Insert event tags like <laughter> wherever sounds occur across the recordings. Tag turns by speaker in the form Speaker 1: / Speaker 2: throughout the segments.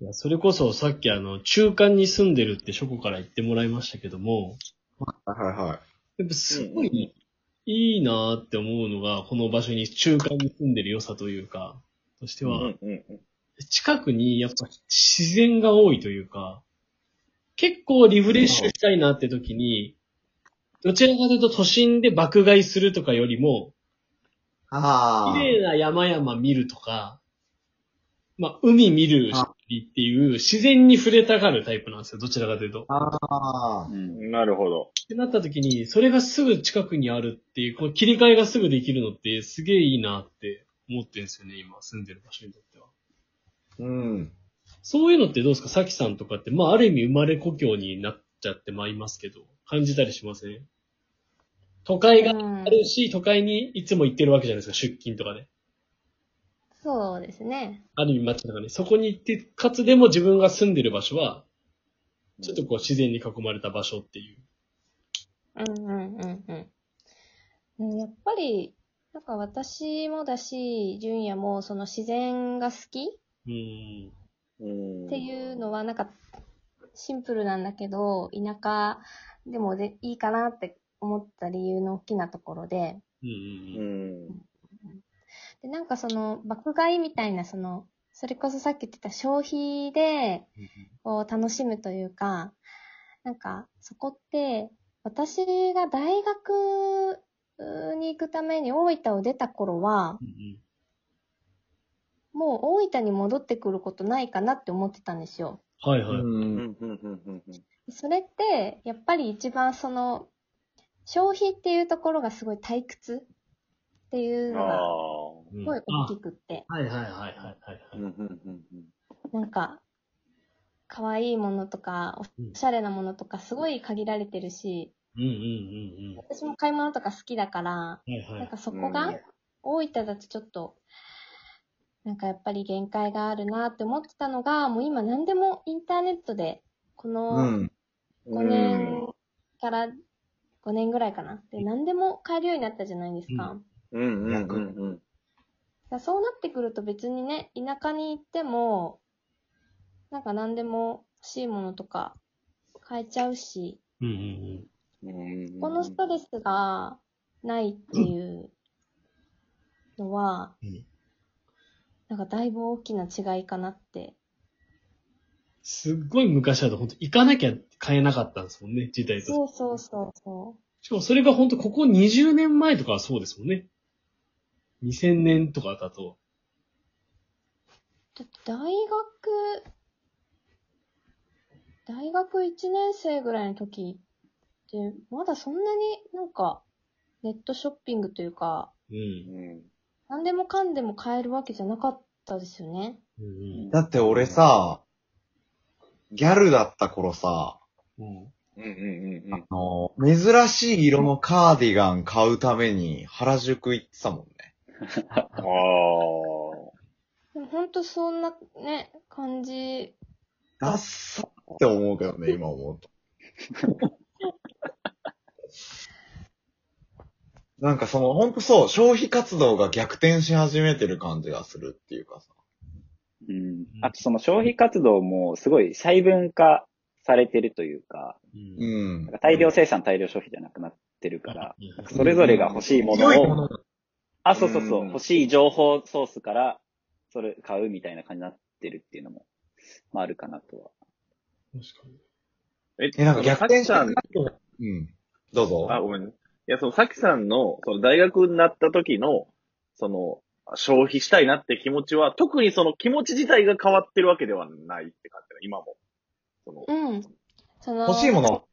Speaker 1: いや、それこそさっきあの、中間に住んでるって書庫から言ってもらいましたけども、
Speaker 2: はいはい。
Speaker 1: やっぱすごいいいなーって思うのが、この場所に中間に住んでる良さというか、として
Speaker 2: う
Speaker 1: は、
Speaker 2: んうんうん。
Speaker 1: 近くにやっぱ自然が多いというか、結構リフレッシュしたいなって時に、どちらかというと都心で爆買いするとかよりも、
Speaker 2: あ
Speaker 1: 綺麗な山々見るとか、まあ、海見る
Speaker 2: あ
Speaker 1: っていう、自然に触れたがるタイプなんですよ、どちらかというと。っ
Speaker 2: あ。ああ。
Speaker 3: うん、なるほど。
Speaker 1: てなった時に、それがすぐ近くにあるっていう、こう切り替えがすぐできるのって、すげえいいなって思ってるんですよね、今、住んでる場所にとっては。
Speaker 2: うん。
Speaker 1: そういうのってどうですかさきさんとかって、まあ、ある意味生まれ故郷になっちゃってまいりますけど、感じたりしません都会が
Speaker 4: うん
Speaker 1: あるし、都会にいつも行ってるわけじゃないですか、出勤とかで。
Speaker 4: そうですね。
Speaker 1: ある意味街の中に、そこに行って、かつでも自分が住んでる場所は、ちょっとこう自然に囲まれた場所っていう。
Speaker 4: うんうんうんうんうん。やっぱり、なんか私もだし、純也もその自然が好きっ
Speaker 1: うん。
Speaker 3: うん
Speaker 4: ていうのは、なんかシンプルなんだけど、田舎でもでいいかなって思った理由の大きなところで、
Speaker 1: うん
Speaker 3: う
Speaker 1: うんうん。
Speaker 3: ん。
Speaker 4: で、なんかその爆買いみたいな、その、それこそさっき言ってた消費で、こう楽しむというか、なんかそこって、私が大学に行くために大分を出た頃は、
Speaker 1: うん
Speaker 4: もう大分に戻ってくることないかなって思ってたんですよ。
Speaker 1: はいはい。うん
Speaker 2: う
Speaker 3: う
Speaker 2: ん
Speaker 3: んうんうんうんうん
Speaker 4: それって、やっぱり一番その、消費っていうところがすごい退屈っていうのが、
Speaker 3: あ
Speaker 4: すごい大きくって。
Speaker 1: あはいはいはいはいはい
Speaker 3: ー。うんうんうんうん
Speaker 4: なんか、可愛いものとか、おしゃれなものとか、すごい限られてるし、
Speaker 1: うんうんうんうん。
Speaker 4: 私も買い物とか好きだから、
Speaker 1: はいは
Speaker 4: なん
Speaker 1: い。
Speaker 4: かそこが
Speaker 3: うん、
Speaker 4: 大分だとちょっと、なんかやっぱり限界があるなって思ってたのが、もう今何でもインターネットで、こ
Speaker 2: う
Speaker 4: の
Speaker 2: ん。
Speaker 4: 5年から5年ぐらいかな。で、何でも買えるようになったじゃないですか。
Speaker 3: うんうんうんうん。
Speaker 4: だからそうなってくると別にね、田舎に行っても、なんか何でも欲しいものとか買えちゃうし、
Speaker 1: うんうん
Speaker 3: うん
Speaker 4: このストレスがないっていうのは、
Speaker 1: うん
Speaker 4: なんかだいぶ大きな違いかなって。
Speaker 1: すっごい昔だと本当行かなきゃ買えなかったんですもんね、時代として。
Speaker 4: そうそうそうそ
Speaker 1: しかもそれが本当ここ20年前とかはそうですもんね。2000年とかだと。
Speaker 4: う。だって大学、大学1年生ぐらいの時って、まだそんなになんかネットショッピングというか、
Speaker 1: うん。
Speaker 4: 何でもかんでも買えるわけじゃなかったですよね。
Speaker 1: うん
Speaker 2: だって俺さ、ギャルだった頃さ、
Speaker 1: うん。うん
Speaker 3: うんうんうんうん。
Speaker 2: あの、珍しい色のカーディガン買うために原宿行ってたもんね。
Speaker 3: ああ。
Speaker 4: でもほんとそんなね、感じ。
Speaker 2: ダッサって思うけどね、今思うと。なんかその、ほんとそう、消費活動が逆転し始めてる感じがするっていうかさ。
Speaker 3: うん。あとその消費活動もすごい細分化されてるというか、
Speaker 1: うん
Speaker 2: うん
Speaker 3: なん。か大量生産大量消費じゃなくなってるから、それぞれが欲しいもの
Speaker 2: 強いも
Speaker 3: を
Speaker 2: の
Speaker 3: あ、そうそうそうう。
Speaker 2: ん
Speaker 3: 欲しい情報ソースから、それ買うみたいな感じになってるっていうのも、まああるかなとは。
Speaker 1: 確かに
Speaker 5: え
Speaker 2: え、なんか逆転し
Speaker 5: さ
Speaker 2: た
Speaker 5: き
Speaker 2: うん。どうぞ
Speaker 5: さん、。あ、ごめんね。いや、その、さきさんの、その、大学になった時の、その、消費したいなって気持ちは、特にその気持ち自体が変わってるわけではないって感じだ、今も。その、
Speaker 4: うん。その、
Speaker 2: 欲しいもの。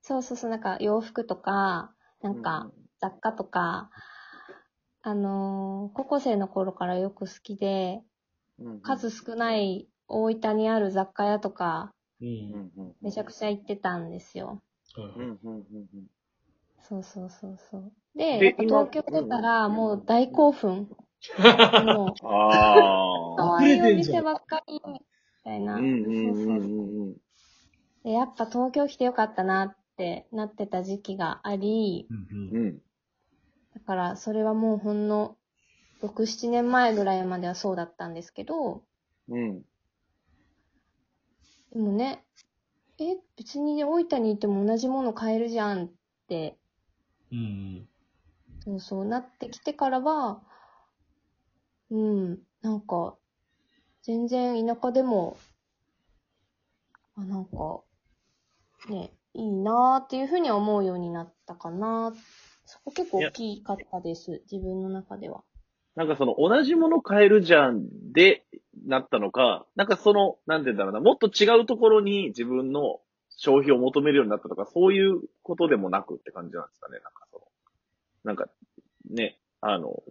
Speaker 4: そうそうそう、なんか洋服とか、なんか雑貨とか、あのー高校生の頃からよく好きで、
Speaker 3: うん
Speaker 4: 数少ない大分にある雑貨屋とか、
Speaker 1: うん。
Speaker 4: めちゃくちゃ行ってたんですよ。
Speaker 1: はい
Speaker 3: うんうんうんうん
Speaker 4: そうそうそうそう。で、
Speaker 5: で
Speaker 4: やっぱ
Speaker 5: 今
Speaker 4: 東京出たらもう大興
Speaker 3: <laughs>
Speaker 4: 奮。もう、
Speaker 5: ああ。
Speaker 4: 可愛いお店ばっかり、みたいな。
Speaker 3: うんうん
Speaker 4: そう
Speaker 3: う
Speaker 4: そ
Speaker 3: ん
Speaker 4: うそう
Speaker 3: うんうん。
Speaker 4: でやっぱ東京来てよかったなってなってた時期があり、
Speaker 1: うん
Speaker 3: うん。
Speaker 4: だからそれはもうほんの6、7年前ぐらいまではそうだったんですけど、
Speaker 3: うん。
Speaker 4: でもね、え、別に大分にいても同じもの買えるじゃんって、
Speaker 1: うん。
Speaker 4: そうそうなってきてからは、うん、なんか、全然田舎でも、あ、なんか、ね、いいなーっていうふうには思うようになったかな。そこ結構大きかったです、自分の中では。
Speaker 5: なんかその同じもの買えるじゃんでなったのか、なんかその、なんて言うんだろうな、もっと違うところに自分の消費を求めるようになったとか、そういうことでもなくって感じなんですかね、なんかその。なんか、ね、あの、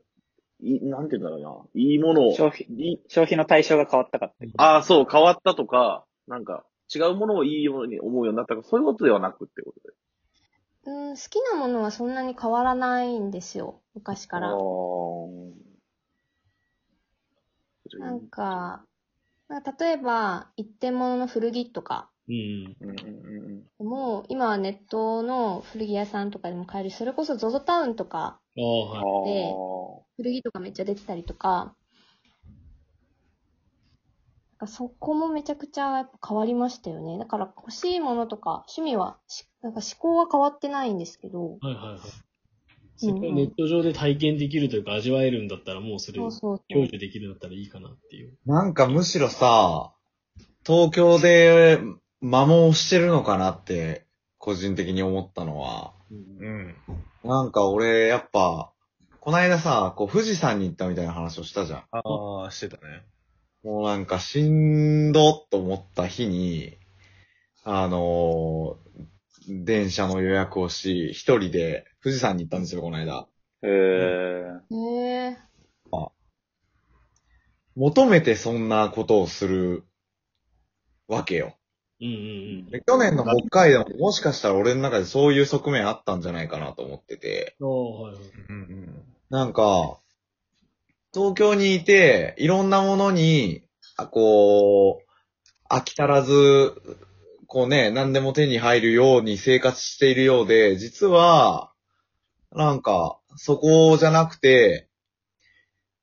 Speaker 5: い、なんて言うんだろうな、いいものを、
Speaker 3: 消費、消費の対象が変わったかってこと。
Speaker 5: ああ、そう、変わったとか、なんか違うものをいいように思うようになったとか、そういうことではなくってことで。
Speaker 4: うん、好きなものはそんなに変わらないんですよ、昔から。
Speaker 5: あ
Speaker 4: な
Speaker 5: ー
Speaker 4: んか、なんか例えば、一点物の古着とか
Speaker 1: うん。
Speaker 5: うんうんうんうん
Speaker 4: も、今はネットの古着屋さんとかでも買えるし、それこそ ZOZO タウンとか、
Speaker 1: ああ、
Speaker 5: あ
Speaker 1: はい。
Speaker 4: で
Speaker 5: ー
Speaker 4: 古着とかめっちゃ出てたりとか、なんかそこもめちゃくちゃやっぱ変わりましたよね。だから欲しいものとか、趣味はし、なんか思考は変わってないんですけど、
Speaker 1: はいはいはい。それをネット上で体験できるというか味わえるんだったらもうそれ
Speaker 4: そ
Speaker 1: を
Speaker 4: うそうそう
Speaker 1: 享受できるんだったらいいかなっていう。
Speaker 2: なんかむしろさ、東京で摩耗してるのかなって、個人的に思ったのは、
Speaker 1: うん。
Speaker 2: なんか俺、やっぱ、こないださ、こう富士山に行ったみたいな話をしたじゃん。
Speaker 6: ああ、してたね。
Speaker 2: もうなんかしんどっと思った日に、あのー電車の予約をし、一人で富士山に行ったんですよ、この間。
Speaker 3: へー。
Speaker 4: へえ。
Speaker 2: 求めてそんなことをするわけよ。
Speaker 1: うんうん
Speaker 2: で去年の北海道ももしかしたら俺の中でそういう側面あったんじゃないかなと思ってて、
Speaker 1: うん。ああ、はいはい。
Speaker 6: うんうん。
Speaker 2: なんか、東京にいて、いろんなものに、あこう、飽き足らず、こうね、何でも手に入るように生活しているようで、実は、なんか、そこじゃなくて、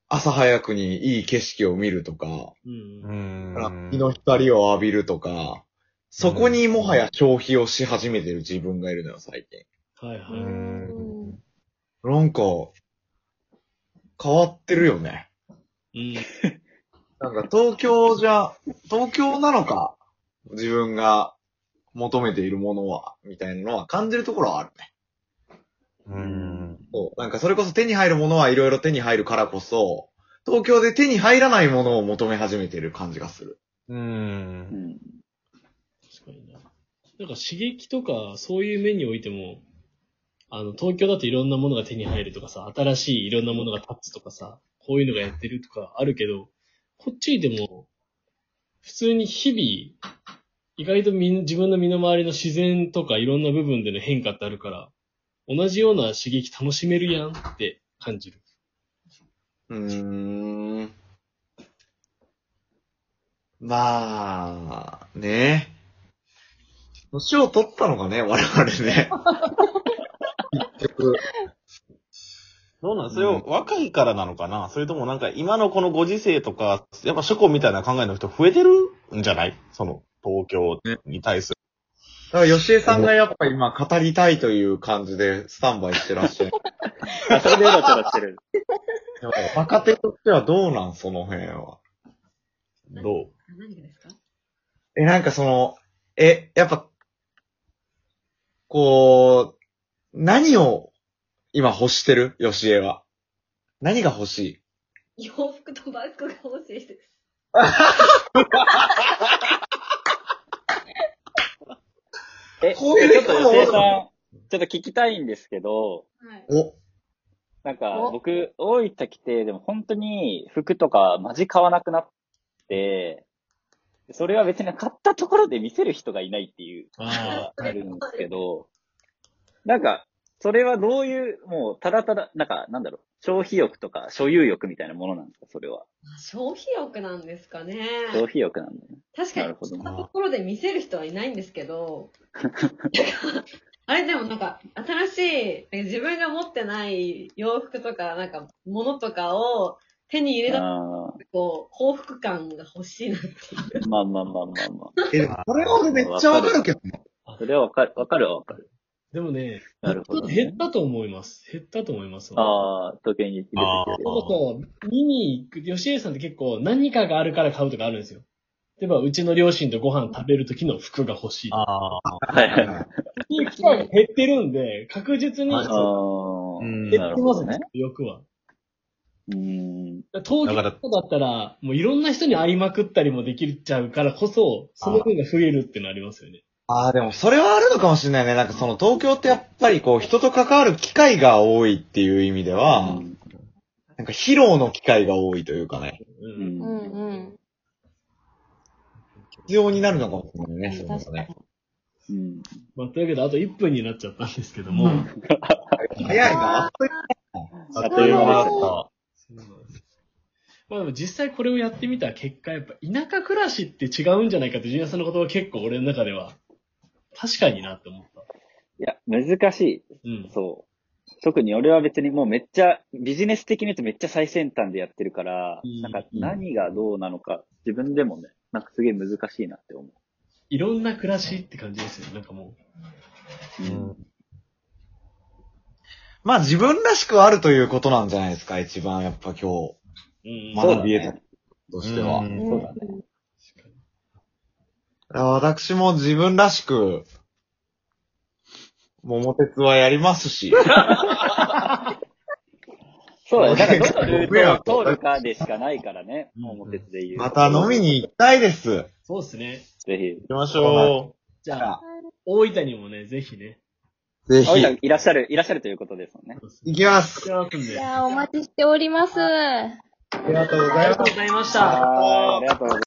Speaker 2: 朝早くにいい景色を見るとか、
Speaker 1: うん
Speaker 6: う
Speaker 1: うん。
Speaker 6: ん。
Speaker 2: 日の光を浴びるとか、そこにもはや消費をし始めてる自分がいるのよ、最近。
Speaker 1: はいは
Speaker 4: う
Speaker 1: い。
Speaker 4: ん。
Speaker 2: なんか、変わってるよね。
Speaker 1: うん。
Speaker 2: なんか東京じゃ、東京なのか、自分が求めているものは、みたいなのは感じるところはあるね。
Speaker 6: うん。
Speaker 2: そう。なんかそれこそ手に入るものはいろいろ手に入るからこそ、東京で手に入らないものを求め始めている感じがする。
Speaker 6: うん
Speaker 3: う。ん。
Speaker 1: 確かにな。なんか刺激とか、そういう面においても、あの、東京だといろんなものが手に入るとかさ、新しいいろんなものが立つとかさ、こういうのがやってるとかあるけど、こっちでも、普通に日々、意外とみん自分の身の回りの自然とかいろんな部分での変化ってあるから、同じような刺激楽しめるやんって感じる。
Speaker 2: うーん。まあ、ね。年を取ったのかね、我々ね。結局。
Speaker 6: どうなんそれを若いからなのかなそれともなんか今のこのご時世とか、やっぱ諸行みたいな考えの人増えてるんじゃないその東京に対する。
Speaker 2: だから、吉江さんがやっぱ今語りたいという感じでスタンバイしてらっしゃる。
Speaker 3: あ、それでうろちょろしてる。
Speaker 2: やっぱ若手としてはどうなん、その辺は。
Speaker 6: どう
Speaker 7: 何がですか
Speaker 2: え、なんかその、え、やっぱ、こう、何を今欲してる吉江は。何が欲しい
Speaker 7: 洋服とバッグが欲しいです。
Speaker 3: え、ち
Speaker 2: こ
Speaker 3: ょ
Speaker 2: ういう
Speaker 3: っと
Speaker 2: 人も
Speaker 3: 吉江さん、ちょっと聞きたいんですけど、
Speaker 7: はい。
Speaker 2: お、
Speaker 3: なんか
Speaker 4: お
Speaker 3: 僕、大分来て、でも本当に服とかマジ買わなくなって、それは別に買ったところで見せる人がいないっていう
Speaker 1: あ
Speaker 3: あるんですけど、なんか、それはどういう、もう、ただただ、なんか、なんだろう、消費欲とか所有欲みたいなものなんですか、それは。
Speaker 7: あ消費欲なんですかね。
Speaker 3: 消費欲なんだね。
Speaker 7: 確か
Speaker 3: な
Speaker 7: に、
Speaker 3: るほ
Speaker 7: こ
Speaker 3: ど
Speaker 7: ん
Speaker 3: な
Speaker 7: なところで見せる人はいないんですけ
Speaker 3: <laughs>
Speaker 7: ど、あれでもなんか、新しい、なんか自分が持ってない洋服とか、なんか、物とかを、手に入れたら、
Speaker 3: あ
Speaker 7: こう、幸福感が欲しいなっていう。
Speaker 3: ーまあまあまあまあま
Speaker 2: え、でもこれは俺めっちゃわかるけどな。
Speaker 3: あ。それはわかる、わかるはわかる。
Speaker 1: でもね、
Speaker 3: なるほどね
Speaker 1: 減ったと思います。減ったと思います。
Speaker 3: ああ、時計に出てく
Speaker 6: あー
Speaker 3: る。
Speaker 1: そうそう、見に行く、吉江さんって結構何かがあるから買うとかあるんですよ。例えば、うちの両親とご飯食べる時の服が欲しい。
Speaker 6: ああ。
Speaker 3: はいはい。あ
Speaker 1: っていう機会が減ってるんで、確実に
Speaker 6: はい
Speaker 3: あ
Speaker 1: そう
Speaker 3: ー。
Speaker 2: うん
Speaker 1: 減ってますね
Speaker 3: なるほどね、
Speaker 1: 欲は。
Speaker 3: うー
Speaker 1: だ
Speaker 3: ん。
Speaker 1: から東京
Speaker 6: だか
Speaker 1: だったら、もういろんな人に会いまくったりもできちゃうからこそ、その分が増えるってのありますよね。
Speaker 2: ああ、でもそれはあるのかもしれないね。なんかその東京ってやっぱりこう人と関わる機会が多いっていう意味では、なんか披露の機会が多いというかね、
Speaker 1: う。
Speaker 3: うんん。
Speaker 4: う
Speaker 3: うん
Speaker 4: んうん。
Speaker 2: 必要になるのかもしれないね、そういうの
Speaker 4: 確
Speaker 2: が
Speaker 4: かに
Speaker 2: ね。。
Speaker 3: うん。
Speaker 1: まあ、というわけで、あと1分になっちゃったんですけども。
Speaker 2: 早いな。
Speaker 3: あっという間でし
Speaker 1: まあでも実際これをやってみた結果、やっぱ田舎暮らしって違うんじゃないかって、ジュニアさんの言葉結構俺の中では、確かになって思った。
Speaker 3: た。いや、難しい。
Speaker 1: うん。
Speaker 3: そう。特に俺は別にもうめっちゃ、ビジネス的に言うとめっちゃ最先端でやってるから、
Speaker 1: うん
Speaker 3: なんか何がどうなのか、自分でもね、なんかすげえ難しいなって思
Speaker 1: いろんな暮らしって感じですよね、なんかも
Speaker 3: う。うん。
Speaker 2: まあ自分らしくあるということなんじゃないですか、一番やっぱ今
Speaker 1: う。うん
Speaker 2: 日、
Speaker 1: まあ、
Speaker 2: 学び得たこととしては。
Speaker 6: うん
Speaker 3: そうだね。
Speaker 2: 私も自分らしく、桃鉄はやりますし。
Speaker 3: そうだね。だからどのル
Speaker 2: 迷
Speaker 3: ー
Speaker 2: 惑
Speaker 3: トを通るかでしかないからね、桃鉄で言う。
Speaker 2: また飲みに行きたいです。
Speaker 1: そうですね。
Speaker 3: ぜ
Speaker 6: 行きましょ
Speaker 1: <laughs> じゃあ、大分にもね、ぜひね。
Speaker 2: ぜ
Speaker 3: ひ。あ、
Speaker 2: ひ、
Speaker 3: いらっしゃる、いらっしゃるということですもんね。
Speaker 1: そうですね
Speaker 2: 行きます。
Speaker 1: 行きますん
Speaker 4: い
Speaker 1: で。あ
Speaker 4: やー、お待ちしております。
Speaker 2: ありがとうござい
Speaker 1: り
Speaker 2: ま
Speaker 1: がと
Speaker 2: す
Speaker 1: うございまし
Speaker 3: は
Speaker 1: た。
Speaker 3: いありがとうございます。